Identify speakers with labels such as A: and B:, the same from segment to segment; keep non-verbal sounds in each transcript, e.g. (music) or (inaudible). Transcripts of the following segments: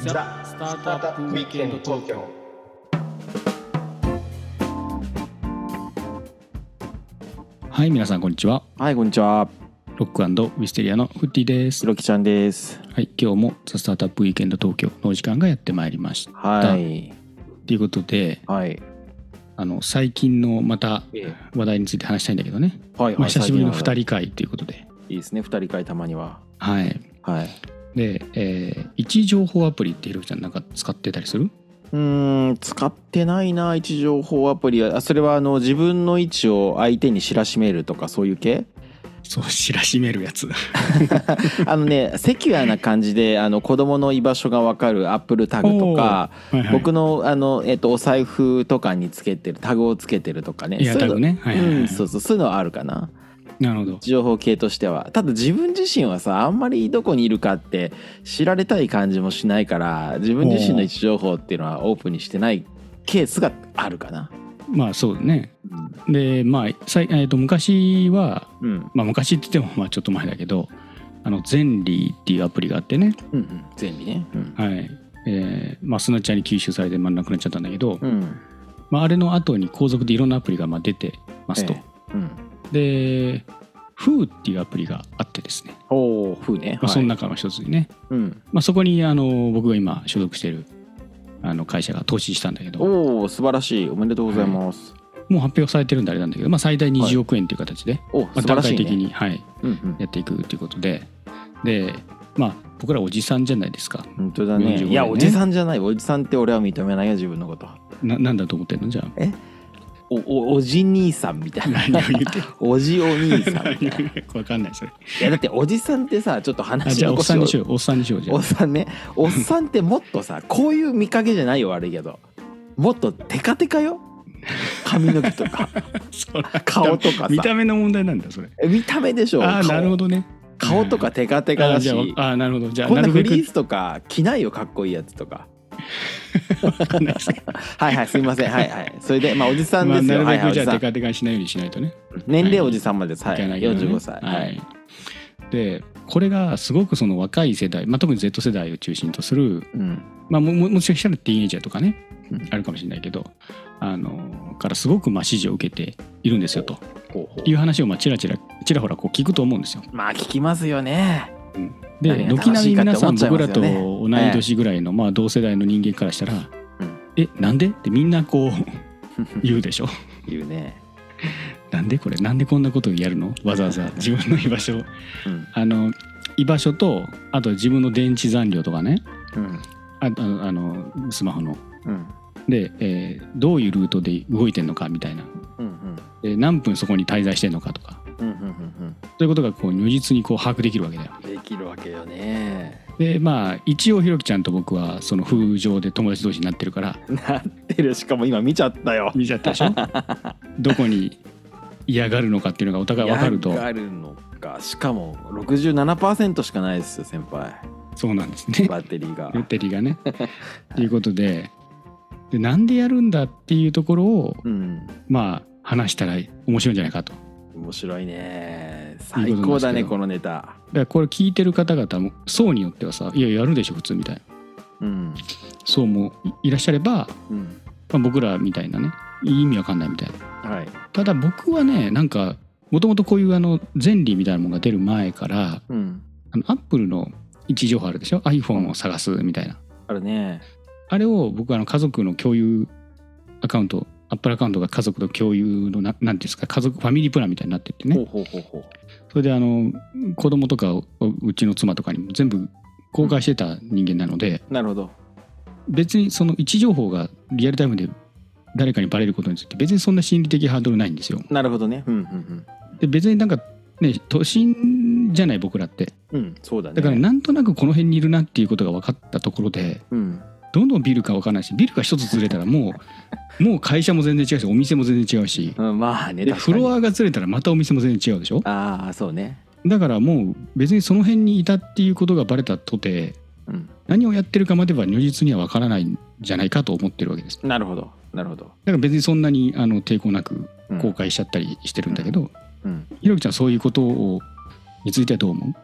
A: ザ・スタートアップウィークエンド東京
B: はい皆さんこんにちは
C: はい、こんにちは。
B: ロックウィステリアのフッティです
C: ひろきちゃんです。
B: はい今日もザ・スタートアップウィークエンド東京のお時間がやってまいりました
C: はい。
B: ということで
C: はい。
B: あの最近のまた
C: え
B: 話題について話したいんだけどね、
C: はい、
B: まあ、久しぶりの
C: 最近は
B: 2人会ということで
C: いいですね、二人会たまには。
B: はい
C: はい。
B: で、えー位置情報アプリってひろきちゃんなんか使ってたりする
C: うーん、使ってないな、位置情報アプリは。あそれは、あの、自分の位置を相手に知らしめるとか、そうい
B: (laughs)
C: う系
B: そう知らしめるや
C: (laughs)
B: つ
C: あのね、セキュアな感じで、あの、子供の居場所がわかるアップルタグとか、
B: はい、はい、
C: 僕の、あの、えっと、お財布とかにつけてる、タグをつけてるとかね。
B: いや
C: そういう
B: タ
C: の
B: グねはいはい、はい
C: うん、そうそう、そういうのはあるかな。
B: なるほど
C: 情報系としてはただ自分自身はさあんまりどこにいるかって知られたい感じもしないから自分自身の位置情報っていうのはオープンにしてないケースがあるかな
B: まあそうだねでまあさい、えー、と昔は
C: うんうん
B: まあ、昔って言ってもまあちょっと前だけどあのゼンリーっていうアプリがあってね、
C: うんうん全理ねうん
B: はいえーまあ、スナちゃんに吸収されて、まあ、なくなっちゃったんだけど、
C: うん
B: まあ、あれの後に後続でいろんなアプリがまあ出てますと
C: え、えうん
B: で FOO っていうアプリがあってですね、
C: おおふうね
B: まあ、その中の一つにね、
C: はいうん
B: まあ、そこにあの僕が今所属しているあの会社が投資したんだけども
C: おお素晴らしいおめでとうございます
B: う発表されてるんであれなんだけど、まあ、最大20億円という形で、
C: お
B: まあ
C: 素晴
B: 段
C: らし
B: 階
C: い
B: 的
C: ね
B: に、はい、
C: うんうん
B: やっていくということでで、まあ、僕らおじさんじゃないですか
C: 本当
B: 45
C: だね
B: 年ね
C: いやおじさんじゃないおじさんって俺は認めないよ自分のこと
B: ななんだと思ってんのじゃ
C: (laughs)
B: あ
C: おおおじ兄さんみたいな
B: 何を言ってる
C: おじお兄さんみた (laughs) いな
B: わかんないそれ
C: いやだっておじさんってさちょっと
B: あ
C: 話
B: じゃあおっさんにし
C: よ
B: ようよおっさんにしようじゃ
C: おっ
B: あ
C: さんねおっさんってもっ
B: (laughs)
C: とさこういう見かけじゃないよ悪いけどもっとテカテカよ髪の毛と
B: (laughs)
C: か
B: そら
C: 顔とか
B: (laughs)
C: さ
B: 見た目の問題なんだそれ
C: え見た目でしょ
B: ああ
C: 顔
B: なるほどね
C: 顔とかテカテカ
B: あ
C: だ
B: ー
C: し
B: じゃああーなるほどじゃあ
C: こん
B: な
C: な
B: る
C: フ
B: べ
C: リー
B: く
C: スとか着ないよかっこいいやつ
B: (laughs)
C: とかはいはいすいませんはいはいそれでまあおじさん
B: まあ
C: です
B: な
C: よ、
B: るべ
C: はいはい
B: く
C: お
B: じ
C: じ
B: ゃあ
C: さ
B: デ
C: ん
B: カデカにしないようにしないとね
C: 年齢おじさんまでですはい
B: けない
C: い
B: けどね
C: 45歳
B: は
C: はい
B: いでこれがすごくその若い世代、まあ、特に Z 世代を中心とする、
C: うん
B: まあ、もももしかしたらティーンエイジャーとかね
C: うん
B: あるかもしれないけどあのからすごくまあ支持を受けているんですよと
C: ほうほう
B: いう話をまあちらちらちらほらこう聞くと思うんですよ。
C: まあ聞きます
B: (laughs)
C: よね
B: で
C: 何が
B: 軒並み皆さん
C: 楽しいか
B: 僕
C: って
B: ら
C: 思っちゃいますよ
B: と
C: ね
B: 同い年ぐらいのまあ同世代の人間からしたら
C: うん
B: 「えなんで?」ってみんなこう (laughs) 言うでしょ。
C: 言うね
B: なんでこれなんでこんなことやるのわざわざ自分の居場所を
C: うん
B: あの居場所とあと自分の電池残量とかね
C: うん
B: ああのあのスマホの。
C: うん
B: で、えーどういうルートで動いてんのかみたいな
C: うんうん
B: で何分そこに滞在してんのかとか
C: うんうん
B: そういうことがこう如実にこう把握できるわけだよ。
C: うんできるわけよね。
B: でまあ一応ひろきちゃんと僕はその風上で友達同士になってるから
C: なってるしかも今見ちゃったよ。
B: 見ちゃったでし (laughs) ょどこに嫌がるのかっていうのがお互い分かると
C: わかるのかしかも67%しかないですよ先輩
B: そうなんですね
C: バッテリーが。
B: バッテリーがね。ということででなんでやるんだっていうところを
C: うん
B: まあ話したら面白いんじゃないかと。だか
C: 面白いね
B: いいことなん
C: 最
B: で
C: 高
B: す
C: だ
B: け
C: ね
B: ど
C: このネタ。
B: らこれ聞いてる方々も層によってはさ「いややるでしょ普通」みたいな
C: うん
B: 層もいいらっしゃれば、
C: うん
B: まあ、僕らみたいなね意味わかんないみたいな。
C: はい。
B: ただ僕はねなんかもともとこういうあのゼンリーみたいなものが出る前から
C: うん
B: あのアップルの位置情報あるでしょ iPhone を探すみたいな
C: あるね。
B: あれを僕あの家族の共有アカウントアップルアカウントが家族と共有のななんていうんですか家族ファミリープランみたいになってって
C: ほう
B: ね
C: ほうほうほう。
B: それであの子供とかをうちの妻とかにも全部公開してた人間なので、
C: なるほど。
B: 別にその位置情報がリアルタイムで誰かにバレることについて別にそんな心理的ハードルないんですよ
C: なるほどね。うんうん
B: で別になんかね都心じゃない僕らって
C: うん。うんそうだね。
B: だからなんとなくこの辺にいるなっていうことが分かったところで
C: うん
B: どんどんビルか分からないしビルが一つずれたらも
C: (laughs)
B: うもう会社も全然違うしお店も全然違うし
C: うんまあね
B: で
C: 確か
B: フ
C: に
B: ロアがずれたらまたお店も全然違うでしょ
C: ああそうね。
B: だからもう別にその辺にいたっていうことがバレたとて
C: うん
B: 何をやってるかまでは如実には分からないんじゃないかと思ってるわけですだ
C: なるほどなるほど。
B: から別にそんなにあの抵抗なく
C: うん
B: 公開しちゃったりしてるんだけど、
C: うん
B: ひろきちゃんそういうことをについてはどう思う
C: うん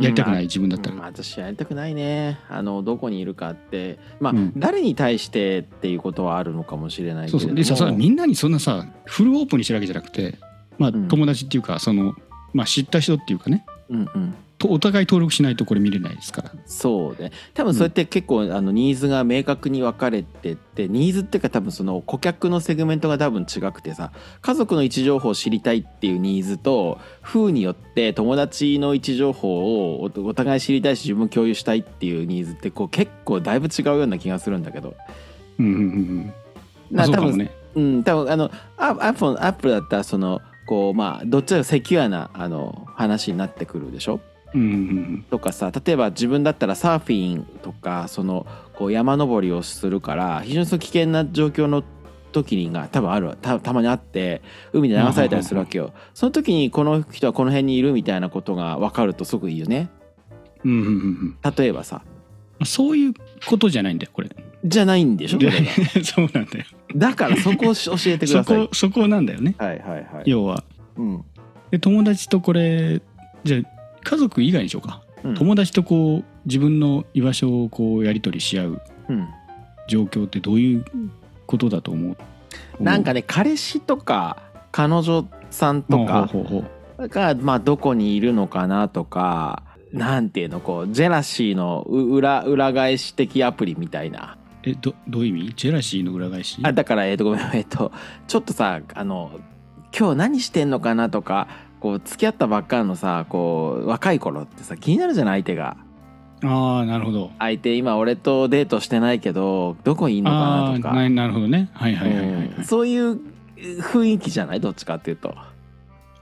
B: やりたくない自分だったら、
C: まあ私やりたくないねあのどこにいるかってまあ、
B: うん
C: 誰に対してっていうことはあるのかもしれないけ
B: そう
C: れど
B: そう
C: も
B: でささみんなにそんなさフルオープンにしてるわけじゃなくてまあ
C: うん
B: 友達っていうかその、まあ、知った人っていうかね
C: うんうん
B: とお互い登録しないとこれ見れないですから
C: そうね多分そうやって結構、あのニーズが明確に分かれてってニーズっていうか多分その顧客のセグメントが多分違くてさ家族の位置情報を知りたいっていうニーズと風によって友達の位置情報をおお互い知りたいし自分も共有したいっていうニーズってこう結構だいぶ違うような気がするんだけど。
B: うんうんうんうんま
C: な
B: あそう
C: 多
B: か
C: 分
B: もね
C: うん、多分あのアアップルアップルだったらそのこうまあどっちかがセキュアなあの話になってくるでしょ
B: うんうんうん
C: とかさ例えば自分だったらサーフィンとかそのこう山登りをするから非常にその危険な状況の時にが多分あるわたたまにあって海で流されたりするわけよその時にこの人はこの辺にいるみたいなことが分かるとすごくいいよね
B: うんうんうんうん
C: 例えばさ
B: まあそういうことじゃないんだよこれ
C: じゃないんでしょこれが
B: (laughs) そうなんだよ
C: だからそこを教えてく
B: そ
C: ださい
B: こそこなんだよね
C: はいはいはい、
B: 要は
C: うん
B: で友達とこれじゃあ家族以外にしようか、
C: うん
B: 友達とこう自分の居場所をこうやり取りし合う
C: うん、
B: 状況ってどういうことだと思う
C: なんかね彼氏とか彼女さんとか
B: ほうほうほうほ
C: が、まあ、どこにいるのかなとかなんていうのこうジェラシーのう裏裏返し的アプリみたいな
B: うえどどういう意味ジェラシーの裏返し
C: あだからえっ、とごめん (laughs) えっ、とちょっとさあの今日何してんのかなとかこう付き合ったばっかのさこう若い頃ってさ気になるじゃない相手が
B: あーなるほど
C: 相手今俺とデートしてないけどどこにいんのか
B: あ
C: な
B: あ
C: とか
B: ーななるほどねはいはいはいはい、はい
C: うんそういう雰囲気じゃないどっちかっていうと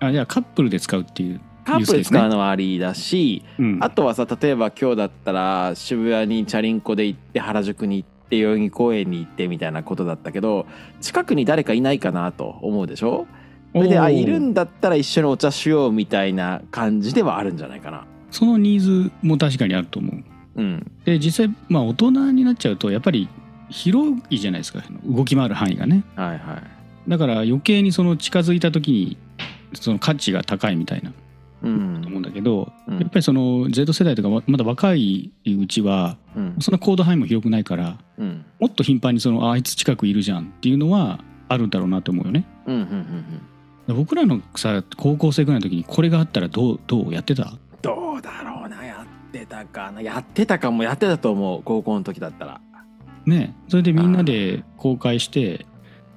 B: あじゃあカップルで使うっていう、
C: カップル使うのはありだし、
B: うん、
C: あとはさ例えば今日だったら渋谷にチャリンコで行って原宿に行って代々木公園に行ってみたいなことだったけど近くに誰かいないかなと思うでしょそれで
B: おー
C: あいるんだったら一緒にお茶しようみたいな感じではあるんじゃないかな。
B: そのニーズも確かにあると思う
C: うん、
B: で実際まあ大人になっちゃうとやっぱり広いじゃないですか動き回る範囲がね
C: はいはい。
B: だから余計にその近づいた時にその価値が高いみたいな
C: う
B: と
C: ん
B: 思うんだけど、
C: うん
B: やっぱりその Z 世代とかままだ若いうちは
C: うん
B: そんな行動範囲も広くないから
C: うん
B: もっと頻繁にそのああいつ近くいるじゃんっていうのはあるんだろうなと思うよね。
C: うんうんうんうん
B: 僕らのさ高校生ぐらいの時にこれがあったらどうどうやってた
C: どうだろうなやってたかなやってたかもやってたと思う高校の時だったら。
B: ねそれでみんなで公開して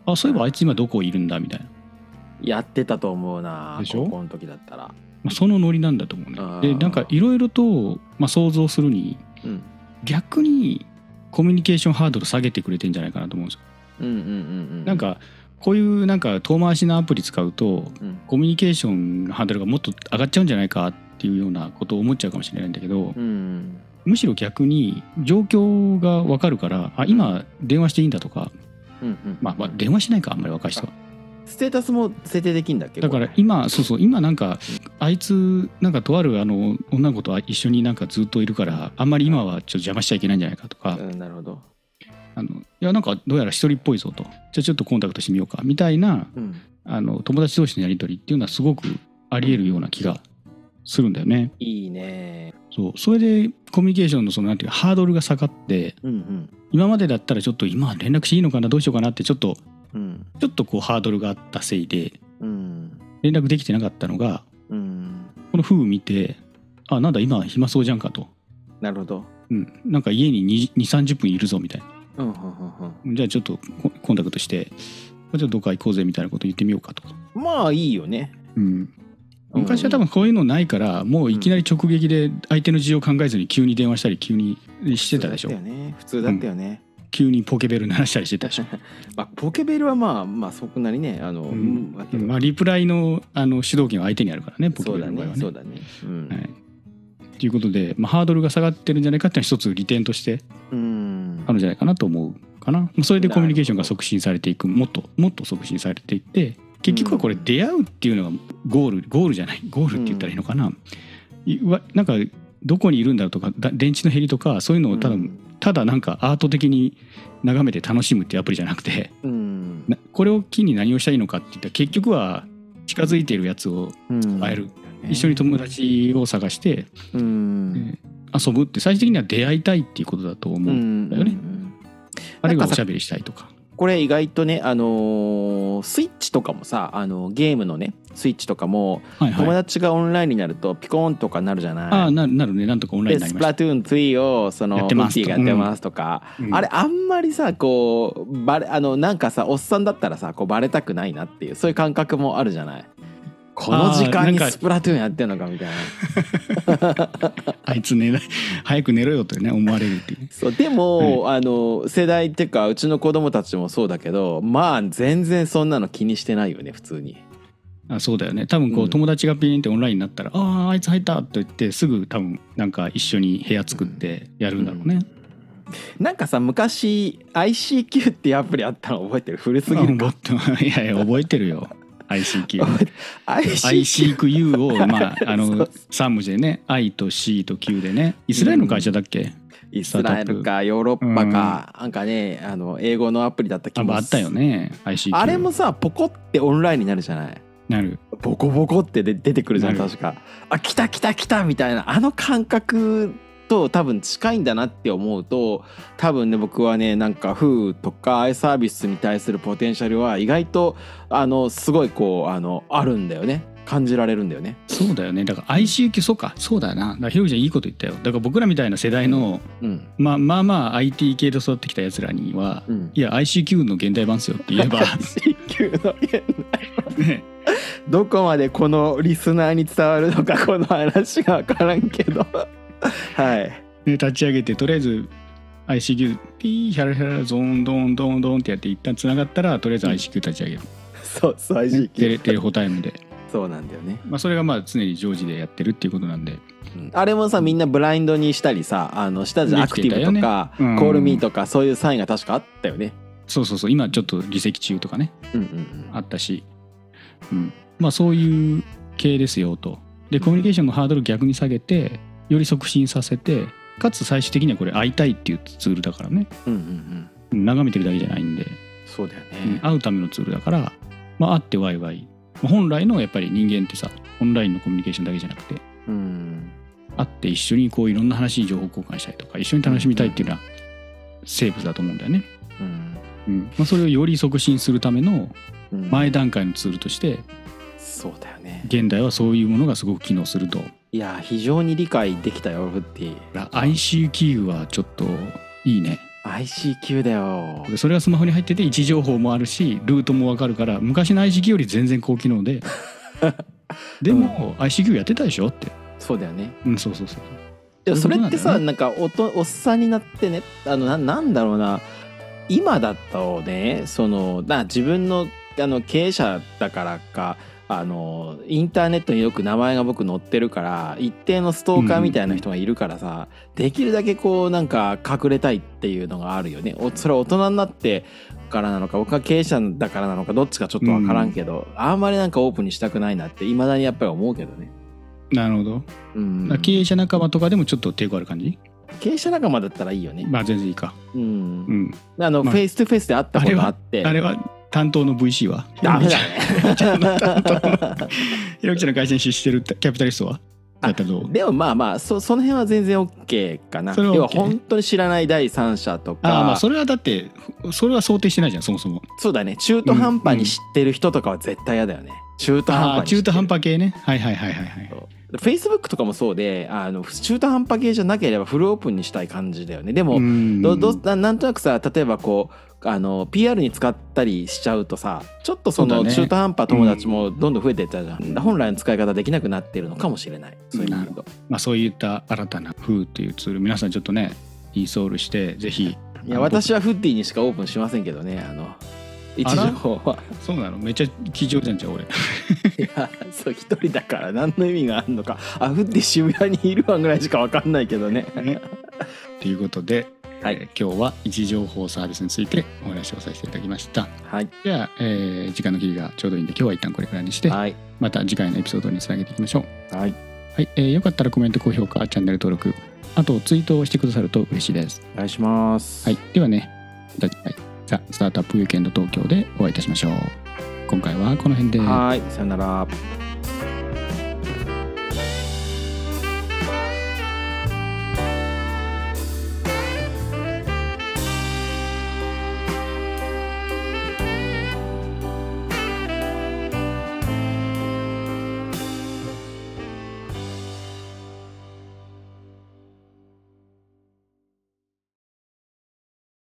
B: あそういえばあいつ今どこいるんだみたいな、
C: やってたと思うな
B: でしょ
C: 高校の時だったら。
B: まあ、そのノリなんだと思
C: あ
B: う
C: ー
B: ね。でなんかいろいろと、まあ、想像するに
C: うん
B: 逆にコミュニケーションハードル下げてくれてんじゃないかなと思うんですよ。
C: うんうんうんうん。
B: なんかこういうなんか遠回しなアプリ使うと
C: うん
B: コミュニケーションのハードルがもっと上がっちゃうんじゃないかっていうようなことを思っちゃうかもしれないんだけど
C: うん
B: むしろ逆に状況が分かるからあ今電話していいんだとか、
C: うんうん
B: まあ、まあ電話しないかあんまり若い人は
C: ステータスも設定できんだっけ
B: だから
C: これ
B: 今そうそう今なんかあいつなんかとあるあの女の子と一緒になんかずっといるからあんまり今はちょっと邪魔しちゃいけないんじゃないかとか、
C: うん、なるほど、
B: あのいやなんかどうやら一人っぽいぞとじゃあちょっとコンタクトしてみようかみたいな
C: うん、
B: あの友達同士のやり取りっていうのはすごくありえるような気がするんだよね。
C: いいね
B: そうそれでコミュニケーションのそのなんていうかハードルが下がって
C: うん
B: 今までだったらちょっと今連絡していいのかなどうしようかなってちょっと
C: うんうん
B: ちょっとこうハードルがあったせいで
C: うん
B: 連絡できてなかったのが
C: うん
B: この風見てあなんだ今暇そうじゃんかと、
C: なるほど
B: うん、なんか家に2 3 0分いるぞみたいな
C: うんうんうん
B: じゃあちょっとココンタクトしてちょっとどっか行こうぜみたいなこと言ってみようかとか。
C: うんまあいいよね
B: うん昔は多分こういうのないからもういきなり直撃で相手の事情を考えずに急に電話したり急にしてたでしょ
C: 普通だったよね普通だったよね、
B: 急にポケベル鳴らしたりしてた
C: (laughs)
B: でしょ、
C: まあ、ポケベルはまあまあそこなりねあの、
B: うん
C: だけど
B: まあ、リプライのあの主導権は相手にあるからねポケ
C: そ
B: ベ
C: う
B: ル
C: だ
B: の場合
C: ね
B: はね。
C: そうだねうん、
B: はいということで、まあ、ハードルが下がってるんじゃないかっていうのは一つ利点として
C: うん
B: あるんじゃないかなと思うかなまあそれでコミュニケーションが
C: なるほ
B: 促進されていくもっともっと促進されていって結局はこれ
C: うん
B: 出会うっていうのがゴールゴールじゃないゴールって言ったらいいのかな、いわなんかどこにいるんだろうとかだ電池の減りとかそういうのをただ、
C: うん
B: ただなんかアート的に眺めて楽しむっていうアプリじゃなくて
C: うん
B: なこれを機に何をしたらいいのかって言ったら結局は近づいているやつを
C: うん
B: 会える一緒に友達を探して、
C: うん
B: えー遊ぶって最終的には出会いたいっていうことだと思う、だよねあるいはおしゃべりしたいとか
C: これ意外とね、あのースイッチとかもさ、あのーゲームのねスイッチとかも
B: はい
C: 友
B: はい
C: 達がオンラインになるとピコーンとかなるじゃない、
B: ああなるなるねなんとかオンライン
C: で
B: になり
C: スプ
B: まし
C: ラトゥーン3をその
B: や
C: ウ
B: っ
C: ッ
B: て
C: デ
B: ます
C: ィがやってますとか、
B: た、うん
C: あれあんまりさこうバレあのなんかさおっさんだったらさこうバレたくないなっていうそういう感覚もあるじゃないこの時間に
B: なんか
C: スプラトゥーンやってんのかみたいな
B: あいつ寝ない早く寝ろよとね思われるっていうね
C: そうでも、あの世代っていうかうちの子供たちもそうだけどまあ全然そんなの気にしてないよね普通に
B: あそうだよね多分こう、
C: うん
B: 友達がピーンってオンラインになったら「あああいつ入った」と言ってすぐ多分なんか一緒に部屋作ってやるんだろうね、
C: なんかさ昔 ICQ っていうアプリあったの覚えてる古すぎるか
B: あ覚えて (laughs) いやいや覚えてる
C: (laughs)
B: よ ICQ
C: 覚えて ICQ
B: ICQ
C: (laughs)
B: をまああ
C: そう
B: の
C: そ
B: 3文字でね I と C と Q でねイスラエルの会社だっけ、
C: イスラエルかヨーロッパか、なんかねあの英語のアプリだった気
B: あ
C: も
B: あったよね ICQ
C: あれもさポコってオンラインになるじゃない
B: なる
C: ボコボコってで出てくるじゃん
B: なる
C: 確かあ来た来た来たみたいなあの感覚と多分近いんだなって思うと多分ね僕はねなんか Hulu とかああいうサービスに対するポテンシャルは意外とあのすごいこうあのあるんだよね感じられるんだよね。
B: そうだよねだから ICQ そうかそうだよなだからひろきちゃんいいこと言ったよだから僕らみたいな世代の、
C: うん
B: まあまあまあ IT 系で育ってきたやつらには、
C: うん
B: いや ICQ の現代版っすよって言え
C: (laughs)
B: ば、
C: ICQ の件
B: ね、
C: どこまでこのリスナーに伝わるのかこの話が分からんけどはい
B: ね立ち上げてとりあえず ICQ ピーヒャラヒャラゾーンドーンドーンドーンってやって一旦つながったらとりあえず ICQ 立ち上げる、
C: (laughs) そうそう
B: ねテレ
C: ICQ
B: テレホタイムで、
C: そうなんだよね
B: まあ、それがまあ常に常時でやってるっていうことなんで
C: あれもさみんなブラインドにしたりさあのしたじゃんア
B: で
C: ク
B: き
C: テ
B: てた
C: ィブ
B: よね
C: とか、
B: うん
C: コールミーとかそういうサインが確かあったよね。
B: そうそうそう今ちょっと離席中とかね
C: うんうん
B: あったし、うん、まあそういう系ですよとでコミュニケーションのハードル逆に下げてより促進させてかつ最終的にはこれ会いたいっていうツールだからね
C: うんうんうんうん
B: うん眺めてるだけじゃないんで、
C: そうだよね
B: うん、会うためのツールだから、まあ、会ってワイワイまあ本来のやっぱり人間ってさオンラインのコミュニケーションだけじゃなくて
C: うん
B: 会って一緒にこういろんな話に情報交換したりとか一緒に楽しみたいっていうのは生物だと思うんだよね、
C: うん
B: うんまあ、それをより促進するための
C: うん
B: 前段階のツールとして
C: そうだよね
B: 現代はそういうものがすごく機能すると
C: いや非常に理解できたよフッティ
B: だから ICQ はちょっといいね
C: ICQ だよ
B: でそれがスマホに入ってて位置情報もあるしルートもわかるから昔の ICQ より全然高機能
C: (laughs)
B: ででも、ICQ やってたでしょって
C: そうだよね
B: うんそうそうそう
C: でもそれってさ
B: そう
C: なんかおとおっさんになってねあのななんだろうな今だとねそのな自分のあの経営者だからかあのインターネットによく名前が僕載ってるから一定のストーカーみたいな人がいるからさ、できるだけこうなんか隠れたいっていうのがあるよねおそれは大人になってからなのか僕は経営者だからなのかどっちかちょっとわからんけど、あんまりなんかオープンにしたくないなっていまだにやっぱり思うけどね。
B: なるほど、
C: うん
B: だから、経営者仲間とかでもちょっと抵抗ある感じ
C: 経営者仲間だったらいいよね。
B: まあ全然いいか
C: うん
B: うん
C: あの、
B: まあ
C: フェイスとフェイスで会ったことがあって
B: あれは担当の VC は
C: ダメだ (laughs)
B: だ
C: ね
B: ひろきちゃんの会社に出資してるキャピタリストはだったらどう
C: でもまあまあそその辺は全然 OK かな
B: それは OK
C: 要は本当に知らない第三者とか
B: ああまあそれはだってそれは想定してないじゃんそもそも
C: そうだね中途半端に知ってる人とかは絶対嫌だよね中途半
B: ああ
C: 端に知ってる
B: 中途半端系ねはいはいはいはいはい
C: フェイスブックとかもそうであの中途半端系じゃなければフルオープンにしたい感じだよねでも、
B: うん
C: どどななんとなくさ例えばこうあの PR に使ったりしちゃうとさちょっとそ
B: そ
C: の
B: うだね
C: 中途半端友達もどんどん増えていったじゃん、本来の使い方できなくなってるのかもしれないそういう意味で言うと
B: まあ、そういった新たな「風っていうツール皆さんちょっとねインストールしてぜひ
C: いや私はフッディにしかオープンしませんけどねあの一
B: あら
C: 情報は
B: そうなのめっちゃ気丈じゃんじゃん俺
C: (laughs)
B: (laughs)
C: いやそう一人だから何の意味があるのかあフッディ渋谷にいるわぐらいしか分かんないけどね
B: ねということで、
C: はい
B: えー今日は位置情報サービスについてお話をさせていただきました
C: はい
B: じゃあ、えー時間の切りがちょうどいいんで今日は一旦これくらいにして
C: はい
B: また次回のエピソードにつなげていきましょう
C: はい
B: はい、えーよかったらコメント高評価チャンネル登録あとツイートをしてくださると嬉しいです
C: お願いします
B: はい、ではね、また次回、ザ・スタートアップウィークエンド東京でお会いいたしましょう。今回はこの辺で。
C: はいさよなら